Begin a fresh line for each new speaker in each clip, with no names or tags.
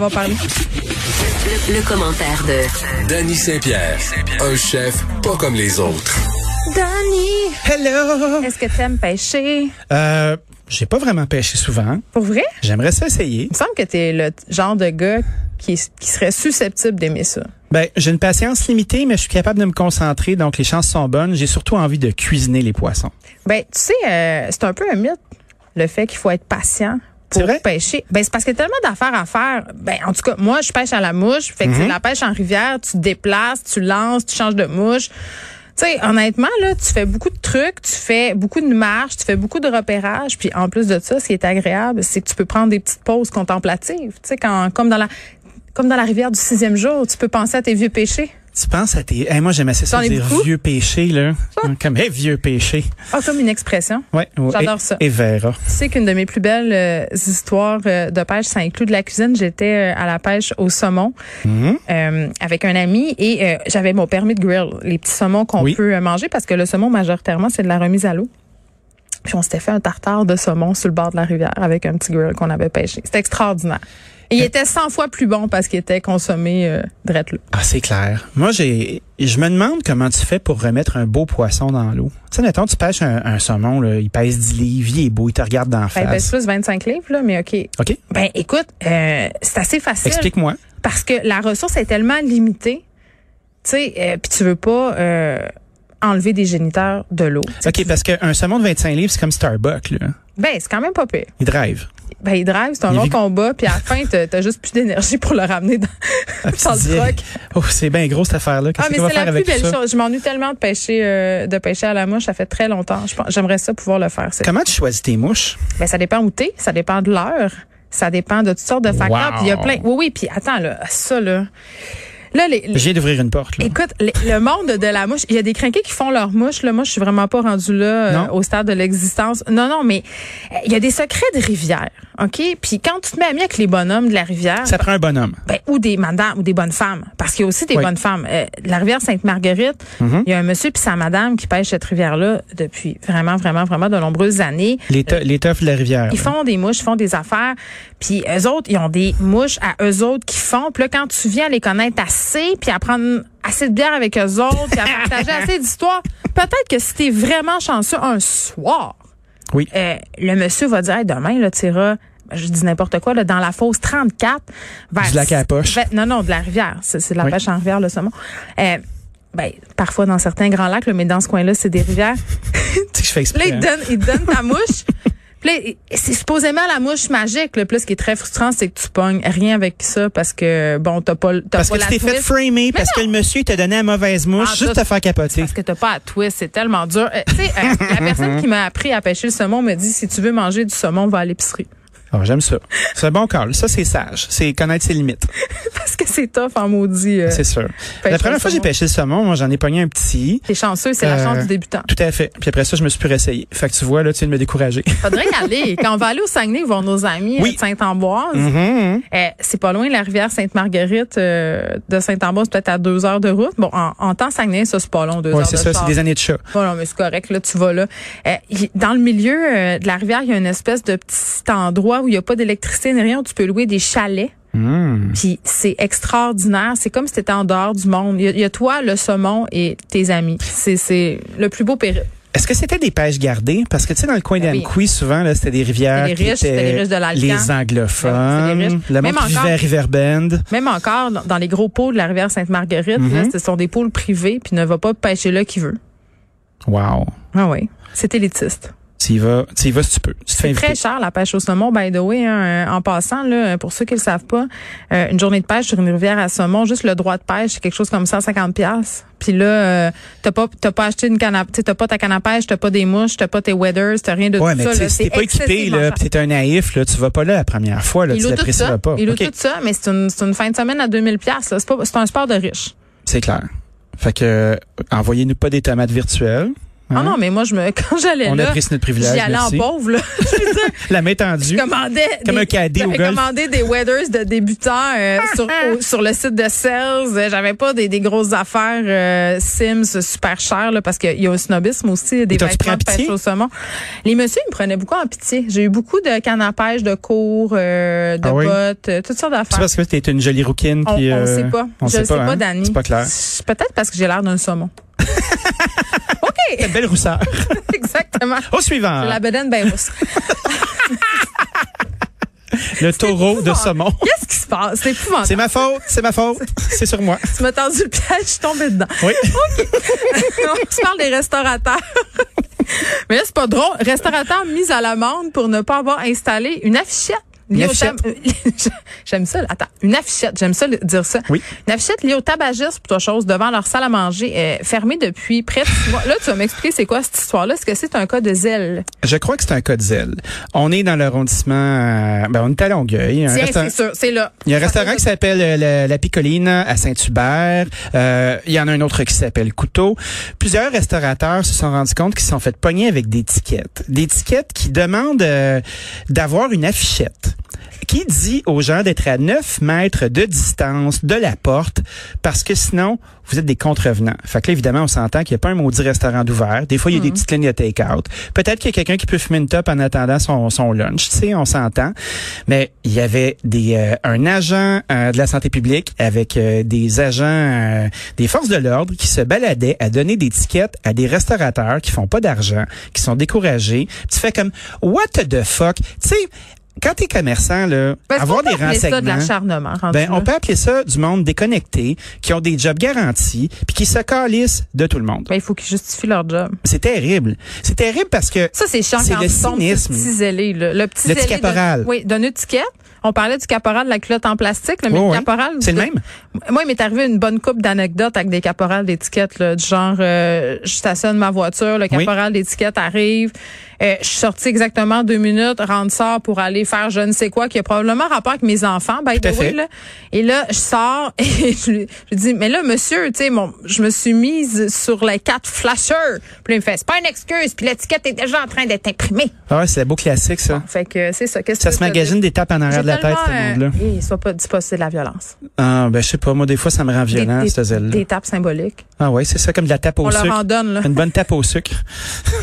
On va parler.
Le, le commentaire de
Danny Saint-Pierre, un chef pas comme les autres.
Danny,
Hello!
est-ce que t'aimes pêcher?
Euh, j'ai pas vraiment pêché souvent.
Pour vrai?
J'aimerais ça essayer.
Il me semble que t'es le t- genre de gars qui, qui serait susceptible d'aimer ça.
Ben, j'ai une patience limitée, mais je suis capable de me concentrer, donc les chances sont bonnes. J'ai surtout envie de cuisiner les poissons.
Ben, tu sais, euh, c'est un peu un mythe, le fait qu'il faut être patient. Pour
C'est vrai?
pêcher. Ben, c'est parce qu'il y a tellement d'affaires à faire. Ben, en tout cas, moi, je pêche à la mouche. Fait que
Mhm.
c'est de la pêche en rivière, tu te déplaces, tu lances, tu changes de mouche. Tu sais, honnêtement, là, tu fais beaucoup de trucs, tu fais beaucoup de marches, tu fais beaucoup de repérages. Puis en plus de ça, ce qui est agréable, c'est que tu peux prendre des petites pauses contemplatives. Tu sais, quand, comme dans la, comme dans la rivière du sixième jour, tu peux penser à tes vieux péchés.
Tu penses à tes... Hey, moi, j'aimais assez ça
J'en ai
dire
beaucoup.
vieux péché, là. Hein, Comme, hey, vieux péché.
Ah, comme une expression.
Ouais, ouais.
J'adore
Et-
ça.
Et Vera.
Tu sais qu'une de mes plus belles euh, histoires euh, de pêche, ça inclut de la cuisine. J'étais euh, à la pêche au saumon
Hmm?
euh, avec un ami et euh, j'avais mon permis de grill, les petits saumons qu'on
Oui.
peut euh, manger parce que le saumon, majoritairement, c'est de la remise à l'eau. Puis on s'était fait un tartare de saumon sur le bord de la rivière avec un petit grill qu'on avait pêché. C'était extraordinaire. Et il était 100 fois plus bon parce qu'il était consommé euh, drette là.
Ah, c'est clair. Moi, j'ai, je me demande comment tu fais pour remettre un beau poisson dans l'eau. Tu sais, mettons, tu pêches un, un saumon, là, il pèse 10 livres, il est beau, il te regarde d'en
Ben,
face.
plus 25 livres, là, mais OK.
OK?
Ben écoute, euh, c'est assez facile.
Explique-moi.
parce que la ressource est tellement limitée, tu sais, euh, puis tu veux pas euh, enlever des géniteurs de l'eau.
OK, parce qu'un saumon de 25 livres, c'est comme Starbucks, là.
Ben, c'est quand même pas pire.
Il drive.
Ben, il drive, c'est un
Il
long
vit-
combat, puis à la fin, t'as t'as juste plus d'énergie pour le ramener dans,
Ah, puis
dans
tu
le
dis,
truck.
Oh, c'est bien gros cette affaire-là. Qu'est-ce
Ah, mais
qu'on va
c'est
faire
la plus
avec
belle
ça?
chose. Je m'ennuie tellement de pêcher, euh, de pêcher à la mouche. Ça fait très longtemps. Je pense- J'aimerais ça pouvoir le faire. c'est-
Comment tu choisis tes mouches?
Ben, ça dépend où t'es, ça dépend de l'heure, ça dépend de toutes sortes de facteurs.
Wow.
Puis il y a plein. Oui, oui. Puis attends là, ça là, là les, les-
Je viens d'ouvrir une porte. Là.
Écoute, le, le monde de la mouche, il y a des crinqués qui font leur mouche. Là, moi, je suis vraiment pas rendue là euh,
Non.
au stade de l'existence. Non, non, mais euh, il y a des secrets de rivière, ok. Puis quand tu te mets ami avec les bonhommes de la rivière,
Ça prend un bonhomme.
ben, ou des madames ou des bonnes femmes, parce qu'il y a aussi des
Oui. Mm-hmm.
bonnes femmes. Euh, la rivière Sainte-Marguerite, il y a un monsieur puis sa madame qui pêche cette rivière-là depuis vraiment, vraiment, vraiment de nombreuses années.
Les to- les teufs de la rivière.
Ils
là.
font des mouches, ils font des affaires. Puis eux autres, ils ont des mouches à eux autres qui font. Puis là, quand tu viens les connaître assez, puis à prendre assez de bière avec eux autres, puis à partager assez d'histoires, peut-être que si t'es vraiment chanceux un soir,
Oui.
euh, le monsieur va dire Hey, demain, là, t'iras, je dis n'importe quoi, là, dans la fosse 34, vers.
Du lac à la poche.
vers- non, non, de la rivière. C'est c'est de la
Oui.
pêche en rivière, le saumon. Euh, ben, parfois dans certains grands lacs, là, mais dans ce coin-là, c'est des rivières.
Tu sais que je fais
Puis là,
exprès.
il te
hein.
donne, il te donne ta mouche. Puis là, il- c'est supposément la mouche magique. Le plus qui est très frustrant, c'est que tu pognes rien avec ça parce que, bon, t'as pas, le- t'as
Parce
pas
que tu
la
t'es fait
twist.
framer, parce que le monsieur t'a donné la mauvaise mouche,
Ah,
juste
ça,
te faire capoter.
Parce que t'as pas à twist, c'est tellement dur. Euh, tu sais, euh, la
Mm-hmm.
personne qui m'a appris à pêcher le saumon me dit, si tu veux manger du saumon, va à l'épicerie.
Ah, J'aime ça. C'est un bon call. Ça, c'est sage. C'est connaître ses limites.
Parce que c'est tough en maudit. euh.
C'est sûr.
pêche
La
le
première fois que j'ai
saumon.
pêché le saumon, moi, j'en ai pogné un petit.
T'es chanceux, c'est la
Euh,
chance du débutant.
Tout à fait. Puis après ça, je me suis plus réessayé. Fait que tu vois, là, tu viens de me décourager.
Faudrait y aller. Quand on va aller au Saguenay, voir nos amis
Oui.
de Saint-Amboise.
Mhm.
Eh, c'est pas loin, la rivière Sainte-Marguerite euh, de Saint-Amboise, peut-être à deux heures de route. Bon, en, en temps Saguenay, ça, c'est pas long, deux
Ouais,
heures
c'est
de
ça.
char.
C'est des années de chat.
Bon, non, mais c'est correct, là, tu vas là. Euh, y- dans le milieu euh, de la rivière, il y a une espèce de petit endroit où il n'y a pas d'électricité ni rien, où tu peux louer des chalets.
Mmh.
Puis c'est extraordinaire. C'est comme si t'étais en dehors du monde. Il y a- il y, a toi, le saumon et tes amis. C'est, c'est le plus beau périple.
Est-ce que c'était des pêches gardées? Parce que, tu sais, dans le coin
Ben oui.
d'Anqui, souvent, là, c'était des rivières.
C'était les
qui
riches, c'était
étaient
les riches de l'Alcan.
Les
Ben oui,
anglophones.
c'était les riches.
Le
Même
monde qui
encore-
vivait à Riverbend.
Même encore, dans, dans les gros pôles de la rivière Sainte-Marguerite, là, ce sont des pôles privés, puis ne va pas pêcher là qui veut.
Wow.
Ah oui, c'est élitiste.
Tu y vas, tu y vas si tu peux. Tu te fais
C'est très
inviter.
cher la pêche au saumon, by the way. hein, en passant, là, pour ceux qui le savent pas, euh, une journée de pêche sur une rivière à saumon, juste le droit de pêche, c'est quelque chose comme 150 pièces. Puis là, euh, t'as pas, t'as pas acheté une canne, à, tu sais, t'as pas ta canne à pêche, t'as pas des mouches, t'as pas tes waders, t'as rien de
Ouais,
tout
mais
ça.
tu sais,
là.
si t'es
C'est
pas équipé,
excessivement
là,
cher.
pis t'es un naïf, là, tu vas pas là la première fois, là,
Il
tu
loue tout
l'apprécieras
ça,
pas.
il loue
OK.
tout ça, mais c'est une, c'est une fin de semaine à 2000 pièces. C'est pas- c'est un sport de riche.
C'est clair. Fait que, euh, envoyez-nous pas des tomates virtuelles.
Ah non, mais moi, je me, quand j'allais
On
là,
a pris notre privilège,
j'y allais
merci.
en pauvre. Là. Je veux dire,
La main tendue.
je commandais
Comme
des,
un cadet au
j'avais
golf.
commandé des weathers de débutants euh, sur, au- sur le site de Sales. Euh, J'avais pas des, des grosses affaires euh, Sims super chères là, parce qu'il y a un snobisme aussi des
Et t'as-tu pris
vêtements
en
de pêche
pitié?
au saumon. Les messieurs ils me prenaient beaucoup en pitié. J'ai eu beaucoup de cannes à pêche, de cours, euh, de
Ah oui?
bottes, euh, toutes sortes
C'est
d'affaires.
parce que t'es une jolie rouquine.
On,
puis,
on
euh,
sait pas.
On
je
sait
le sais pas,
hein?
Dani.
C'est pas clair.
Peut-être parce que j'ai l'air d'un saumon. OK,
Belle rousseur.
exactement.
Au suivant.
La bedaine ben rousse.
Le taureau de
épouvantable.
saumon.
Qu'est-ce qui se passe? C'est épouvantable.
C'est ma faute, c'est ma faute. C'est sur moi.
Tu m'as tendu le piège, je suis tombée dedans.
Oui.
On se parle des restaurateurs. Mais là, c'est pas drôle. Restaurateur mis à l'amende pour ne pas avoir installé une affichette. liée
Une
au tab- J'aime ça. Attends, une affichette. J'aime ça le- dire ça.
Oui.
Une affichette liée au tabagisme, plutôt chose, devant leur salle à manger, euh, fermée depuis près de six mois. Là, tu vas m'expliquer c'est quoi cette histoire-là. Est-ce que c'est un cas de zèle?
Je crois que c'est un code zèle. On est dans l'arrondissement. euh, Ben, on est à Longueuil. Il y a un
Tiens,
restaurant-
c'est sûr. C'est là.
Il y a un restaurant qui s'appelle euh, la, la Picoline à Saint-Hubert. Euh, il y en a un autre qui s'appelle Couteau. Plusieurs restaurateurs se sont rendus compte qu'ils se sont fait pogner avec des tickets. Des tickets qui demandent euh, d'avoir une affichette qui dit aux gens d'être à 9 mètres de distance de la porte parce que sinon, vous êtes des contrevenants. Fait que là, évidemment, on s'entend qu'il n'y a pas un maudit restaurant d'ouvert. Des fois, il y a des petites lignes de take-out. Peut-être qu'il y a quelqu'un qui peut fumer une top en attendant son, son lunch. Tu sais, on s'entend. Mais il y avait des euh, un agent euh, de la santé publique avec euh, des agents euh, des forces de l'ordre qui se baladaient à donner des tickets à des restaurateurs qui font pas d'argent, qui sont découragés. Tu fais comme, what the fuck? Tu sais, quand t'es commerçant, là,
Ben, est-ce
avoir
qu'on
des
peut appeler ça de
renseignements.
l'acharnement, rendu
Ben, on
là?
peut appeler ça du monde déconnecté, qui ont des jobs garantis, puis qui se calissent de tout le monde.
Ben, il faut qu'ils justifient leur job.
C'est terrible. C'est terrible parce que
Ça, c'est chiant
C'est
quand
le
tu tombes
cynisme.
sur le petit zélé. là. Le petit
Le petit
zélé de-
caporal.
oui, d'une étiquette. On parlait du caporal de la culotte en plastique, là, mais
Oh, Oui,
le
oui.
caporal...
C'est le
de-
même?
Moi, il m'est arrivé une bonne coupe d'anecdotes avec des caporales d'étiquette, là, du genre, euh, je stationne ma voiture, le caporal d'étiquette arrive, euh, je suis sortie exactement deux minutes, rentre sort pour aller faire je ne sais quoi, qui a probablement rapport avec mes enfants, Ben, by
Tout à
the way,
fait.
là. Et là, je sors et je lui, je lui dis, mais là, monsieur, tu sais, mon- je me suis mise sur les quatre flasheurs. Puis là, il me fait, c'est pas une excuse, puis l'étiquette est déjà en train d'être imprimée.
Ah ouais, c'est le beau classique, ça.
Fait que euh, c'est ça. Qu'est-ce
Ça
que
se
je veux te
magazine
dire?
des tapes en arrière de la
J'ai
tête, ce
tellement,
monde-là.
euh, eh, sois pas, dis pas, c'est de la violence.
Ah, ben, je sais pas. Moi, des fois, ça me rend
Des-
violent,
des-
cette zèle
Des tapes symboliques.
Ah ouais, c'est ça, comme de la tape au
On leur Euh.
sucre.
en donne, là.
Une bonne tape au sucre.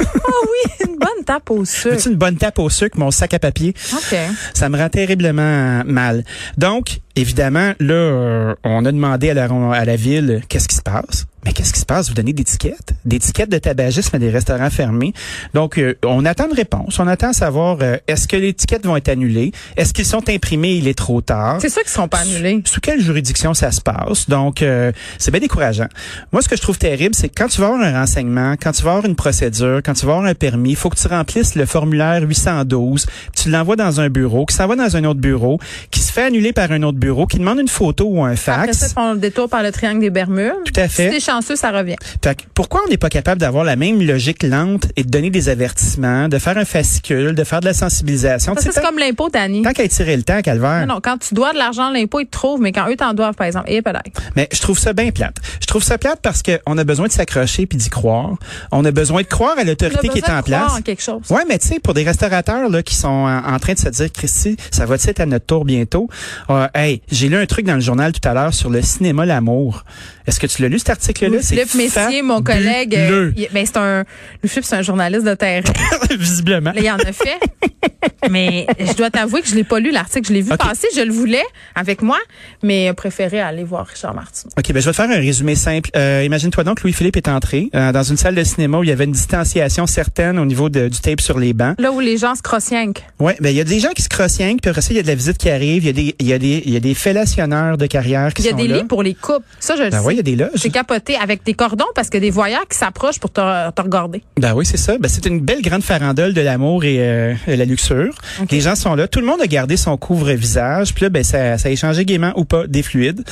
Ah oui, une bonne tape au sucre.
Veux-tu une bonne tape au sucre, mon sac à papier?
OK.
Ça me rend terriblement mal. Donc, évidemment, là, euh, on a demandé à la, à la ville, euh, qu'est-ce qui se passe? Mais qu'est-ce qui se passe? Vous donnez des tickets? Des tickets de tabagisme à des restaurants fermés. Donc, euh, on attend une réponse. On attend à savoir, euh, est-ce que les tickets vont être annulés? Est-ce qu'ils sont imprimés? Il est trop tard.
C'est sûr qu'ils seront pas annulés.
Sous quelle juridiction ça se passe? Donc, euh, c'est bien décourageant. Moi, ce que je trouve terrible, c'est que quand tu vas avoir un renseignement, quand tu vas avoir une procédure, quand tu vas avoir un permis, il faut que tu remplisses le formulaire 812, puis tu l'envoies dans un bureau, qui s'envoie dans un autre bureau, qui se fait annuler par un autre bureau, qui demande une photo ou un
Après ça, ils
fax.
font le détour par le triangle des Bermudes.
Tout à fait.
Si t'es chanceux, ça revient.
Fait que pourquoi on n'est pas capable d'avoir la même logique lente et de donner des avertissements, de faire un fascicule, de faire de la sensibilisation?
Ça,
Tu sais,
c'est
tant-
comme l'impôt, Dani.
Tant qu'à étirer le temps, Calvaire.
Non, non, quand tu dois de l'argent, l'impôt, ils te trouvent, mais quand eux t'en doivent, par exemple, et peut-être.
Mais je trouve ça bien plate. Je trouve ça plate parce que on a besoin de s'accrocher puis d'y croire. On a besoin de croire à l'autorité qui est en place.
en quelque chose.
Ouais, mais tu sais, pour des restaurateurs là qui sont en, en train de se dire, Christy, ça va être à notre tour bientôt. Euh, hey, j'ai lu un truc dans le journal tout à l'heure sur le cinéma l'amour. Est-ce que tu l'as lu cet article-là
Philippe Messier, mon collègue, euh, il- ben, c'est un, Louis Philippe, c'est un journaliste de terrain.
visiblement.
Là, il en a fait. mais je dois t'avouer que je l'ai pas lu l'article. Je l'ai vu
OK.
passer. Je le voulais avec moi, mais préféré aller voir Richard Martineau.
OK, ben je vais te faire un résumé simple. Euh, Imagine-toi donc, Louis-Philippe est entré euh, dans une salle de cinéma où il y avait une distanciation certaine au niveau de- du tape sur les bancs.
Là où les gens se crossienquent.
Oui, ben il y a des gens qui se crossienquent, puis après ça, il y a de la visite qui arrive, il y a des il y a des il y a des fellationneurs de carrière qui
Il y a
sont
des
là.
lits pour les couples. Ça, je le
Ben
sais.
oui, il y a des loges.
J'ai capoté avec des cordons parce que des voyeurs qui s'approchent pour te, te regarder.
Ben oui, c'est ça. Ben, c'est une belle grande farandole de l'amour et, euh, et la luxure. Les gens sont là. Tout le monde a gardé son couvre-visage. Puis là, ben, ça, ça a échangé gaiement ou pas des fluides.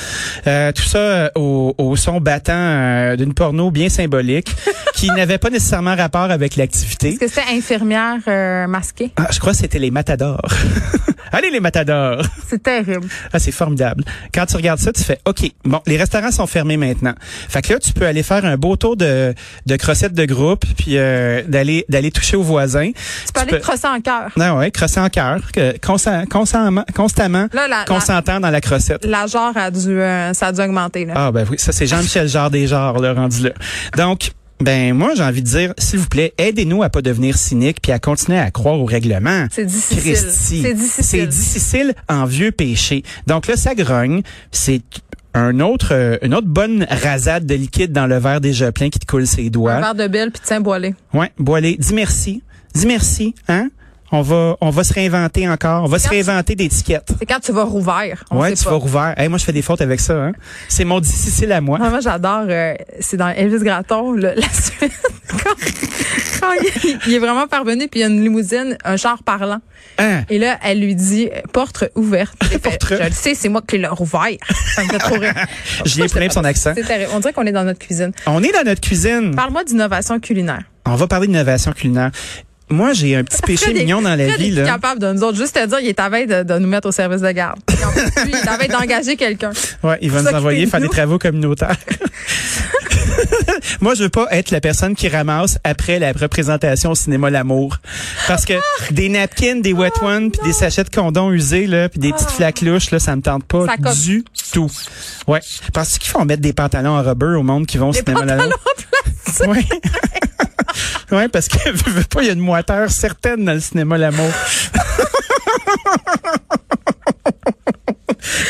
Euh, tout ça euh, au, au son battant euh, d'une porno bien symbolique qui n'avait pas nécessairement rapport avec l'activité.
Est-ce que c'était infirmière euh, masquée?
Ah, je crois que c'était les matadors. Allez, les matadors!
C'est terrible.
Ah, c'est formidable. Quand tu regardes ça, tu fais OK, bon, les restaurants sont fermés maintenant. Fait que là, là, tu peux aller faire un beau tour de, de crossette de groupe, puis euh, d'aller d'aller toucher aux voisins.
Tu peux aller te crosser en cœur.
Non, ouais, crosser en cœur, que consa- consamment- constamment,
Là, la-
consentant dans la crossette.
La genre a dû, euh, ça a dû augmenter. Là.
Ah ben oui, ça c'est Jean-Michel Jarre des genres, là, rendu là. Donc, ben moi j'ai envie de dire, s'il vous plaît, aidez-nous à pas devenir cynique puis à continuer à croire au règlement.
C'est difficile.
Christi.
C'est difficile.
C'est difficile en vieux péché. Donc là, ça grogne. C'est un autre, euh, une autre bonne rasade de liquide dans le verre déjà plein qui te coule ses
Un
doigts.
verre de belle puis tiens boilé.
Ouais, Boilé, dis merci. Dis merci, hein? On va, on va se réinventer encore. On va se réinventer d'étiquettes.
C'est quand tu vas rouvrir. On
Ouais,
sait
tu
pas.
vas rouvert. Hey, moi, je fais des fautes avec ça, hein? C'est mon difficile à moi.
Ouais, moi, j'adore. euh, c'est dans Elvis Gratton, le- la suite. quand, quand il, il est vraiment parvenu, puis il y a une limousine, un char parlant.
Hein?
Et là, elle lui dit euh, porte ouverte. Elle fait,
Porte.
Je le sais, c'est moi qui l'ai rouvert. Ça me fait trop rire.
Je l'ai pris pour son accent.
C'est terrible. On dirait qu'on est dans notre cuisine.
On est dans notre cuisine.
Parle-moi d'innovation culinaire.
On va parler d'innovation culinaire. Moi, j'ai un petit péché
Fred est-
mignon dans la
Fred
vie,
est
là.
capable de nous autres. Juste te dire, il est à veille de, de nous mettre au service de garde. Et en plus, lui, il est à veille d'engager quelqu'un.
Ouais, il va nous
S'occuper
envoyer
de
faire des
nous.
travaux communautaires. Moi, je veux pas être la personne qui ramasse après la représentation au cinéma L'amour. Parce que
Ah!
des napkins, des wet ones, puis des sachets de condoms usés, là, puis des petites flaques louches, là, ça me tente pas
Ah. Ça colle.
du tout. Ouais. Parce qu'ils font mettre des pantalons en rubber au monde qui vont au
Les
cinéma
pantalons
L'amour.
en plastique.
Oui. ouais, parce que veux, veux pas, il y a une moiteur certaine dans le cinéma L'amour.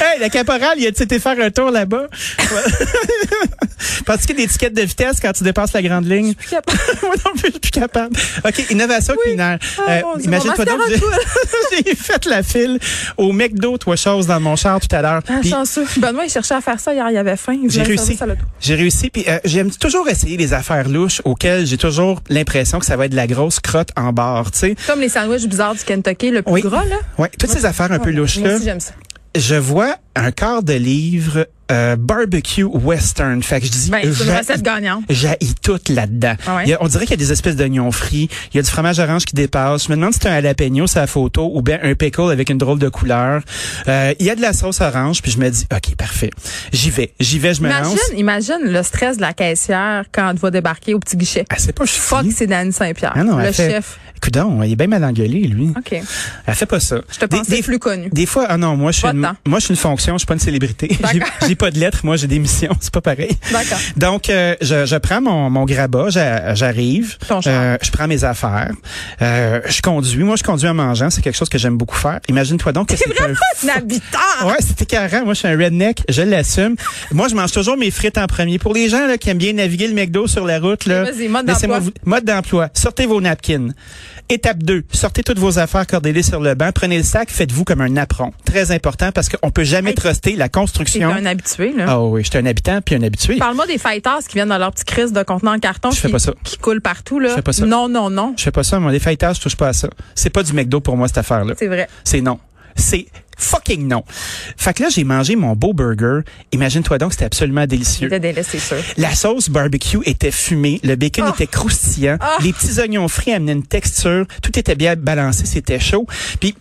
hey, le caporal, il a été faire un tour là-bas. parce qu'il y a des étiquettes de vitesse quand tu dépasses la grande ligne.
Je suis capable.
Moi non plus, je suis plus capable. OK, innovation culinaire. Euh,
Ah, mon Dieu, mon
Imagine-toi donc,
mascara
j'ai- j'ai fait la file au McDo, trois choses dans mon char tout à l'heure.
Ah,
Puis
chanceux. Benoît, il cherchait à faire ça hier. Il avait faim. Il voulait
j'ai
un
réussi.
service à l'auto.
J'ai réussi. Puis euh, j'aime toujours essayer les affaires louches auxquelles j'ai toujours l'impression que ça va être de la grosse crotte en barre, tu sais.
Comme les sandwichs bizarres du Kentucky, le plus
Oui.
gras, là.
Ouais, toutes ces affaires un peu louches
Moi
là.
aussi, j'aime ça.
Je vois un quart de livre euh, barbecue western. Fait que je dis
Ben, c'est une
j'a-
recette gagnante.
J'haïs tout là-dedans.
Ah ouais?
Il y a- on dirait qu'il y a des espèces d'oignons frits. Il y a du fromage orange qui dépasse. Je me demande si c'est un jalapeno, sa photo, ou bien un pickle avec une drôle de couleur. Euh, il y a de la sauce orange, puis je me dis, OK, parfait. J'y vais. J'y vais, je me
Imagine,
lance.
imagine le stress de la caissière quand elle te voit débarquer au petit guichet.
Ah, c'est pas
Fuck,
fini.
c'est Danny Saint-Pierre,
Ah non,
le
elle fait-
chef.
Coudon, il est bien mal engueulé, lui.
OK.
Elle fait pas ça.
Je te pensais plus connu.
Des fois, ah non, moi, je suis, une,
Va-t'en.
moi, je suis une fonction, je suis pas une célébrité. J'ai-
D'accord.
J'ai pas de lettres, moi, j'ai des missions, c'est pas pareil.
D'accord.
Donc, euh, je, je prends mon, mon grabat, j'a- j'arrive,
Ton char.
euh, je prends mes affaires, euh, je conduis. Moi, je conduis en mangeant, c'est quelque chose que j'aime beaucoup faire. Imagine-toi donc que c'est un
Un habitant!
Ouais, c'était carrément. Moi, je suis un redneck, je l'assume. Moi, je mange toujours mes frites en premier. Pour les gens là, qui aiment bien naviguer le McDo sur la route, là,
Vas-y, mode
laissez-moi
d'emploi.
vous- mode d'emploi. Sortez vos napkins. Étape 2, sortez toutes vos affaires, cordez-les sur le banc, prenez le sac, faites-vous comme un apron. Très important parce qu'on peut jamais
Hey.
truster la
T'es
construction.
un habitué, là.
Ah oui, j'étais un habitant puis un habitué.
Parle-moi des fighters qui viennent dans leur petit crise de contenant en carton
Je fais
qui,
pas ça.
qui coule partout, là.
Je fais pas ça.
Non, non, non.
Je fais pas ça, mon défaillage, je touche pas à ça. C'est pas du McDo pour moi cette affaire là.
C'est vrai.
C'est non. C'est fucking non. Fait que là, j'ai mangé mon beau burger. Imagine-toi donc, c'était absolument délicieux.
C'était délai, c'est sûr.
La sauce barbecue était fumée, le bacon
Oh.
était croustillant,
Oh.
les petits oignons frits amenaient une texture, tout était bien balancé, c'était chaud. Puis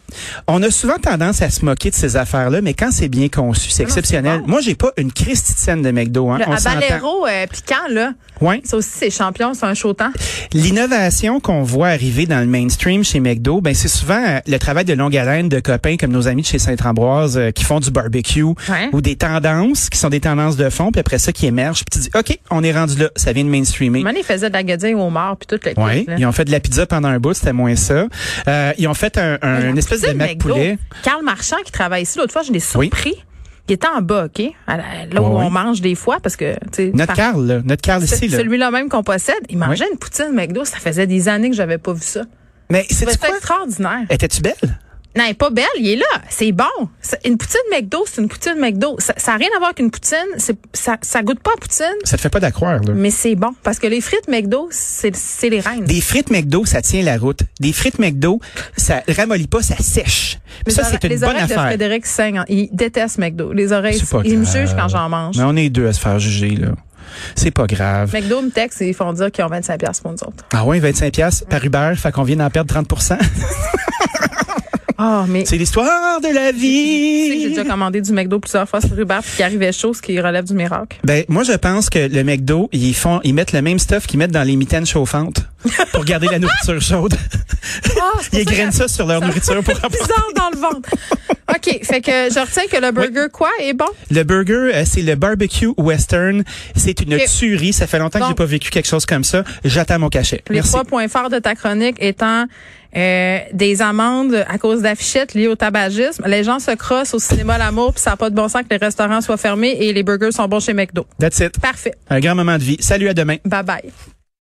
on a souvent tendance à se moquer de ces affaires-là, mais quand c'est bien
Ah
conçu, c'est
Non, c'est
exceptionnel.
bon.
Moi, j'ai pas une christitienne de McDo, hein,
Le
on s'entend.
habanero euh, piquant, là.
Ouais.
Ça aussi, c'est champion, c'est un chaud temps.
L'innovation qu'on voit arriver dans le mainstream chez McDo, ben c'est souvent euh, le travail de longue haleine de copains comme nos amis de chez Saint-Ambroise euh, qui font du barbecue ou des tendances qui sont des tendances de fond, puis après ça qui émergent, puis tu dis OK, on est rendu là, ça vient de mainstreamer.
Mané faisait de la gueudille au mort puis tout le
Oui,
kit, là.
ils ont fait de la pizza pendant un bout, c'était moins ça. Euh, ils ont fait un, un-
La
une espèce de
poutine
mac
McDo.
poulet.
Carl Marchand, qui travaille ici, l'autre fois, je l'ai surpris. Il était en bas, OK? À la- Là où
Ouais, ouais.
on mange des fois, parce que, tu sais,
Notre
par-
Carl, là, notre Carl
ce-
ici. Là.
celui-là même qu'on possède, il mangeait une poutine McDo. Ça faisait des années que j'avais pas vu ça.
Mais c'est
C'était
quoi?
extraordinaire.
Étais-tu belle?
Non, elle est pas belle, il est là. C'est bon. C'est- Une poutine McDo, c'est une poutine McDo. Ça n'a rien à voir qu'une poutine. C'est- Ça, ça goûte pas à poutine,
Ça te fait pas d'accroire, là.
mais c'est bon. Parce que les frites McDo, c'est c'est les reines.
Des frites McDo, ça tient la route. Des frites McDo, ça ramollit pas, ça sèche. Puis
Les
ça,
ore-
c'est une
les
bonne
oreilles de
affaire.
Frédéric Singh, il déteste McDo. Les oreilles,
C'est pas
il me
grave.
juge quand j'en mange.
Mais on est deux à se faire juger, là. C'est pas grave.
McDo me texte et ils font dire qu'ils ont 25 pièces pour nous autres.
Ah ouais, 25$ piastres par Uber, fait qu'on vient d'en perdre 30
Ah Ah, mais
C'est l'histoire de
tu sais
la
que j'ai
vie.
déjà commandé du McDo plusieurs fois sur Uber puis qui arrivait chaud, ce qui relève du miracle.
Ben, moi, je pense que le McDo, ils font, ils mettent le même stuff qu'ils mettent dans les mitaines chauffantes pour garder la nourriture chaude.
Ah, c'est pour
Ils
ça que
égrènent ça sur leur nourriture pour avoir.
bizarre dans le ventre. OK, fait que je retiens que le burger quoi est bon.
Le burger, euh, c'est le barbecue western. C'est une
Ok.
tuerie. Ça fait longtemps que
Bon.
j'ai pas vécu quelque chose comme ça. J'attends mon cachet.
Les
Merci.
trois points forts de ta chronique étant euh, des amendes à cause d'affichettes liées au tabagisme. Les gens se crossent au cinéma L'Amour puis ça n'a pas de bon sens que les restaurants soient fermés et les burgers sont bons chez McDo.
That's it.
Parfait.
Un grand moment de vie. Salut à demain.
Bye bye.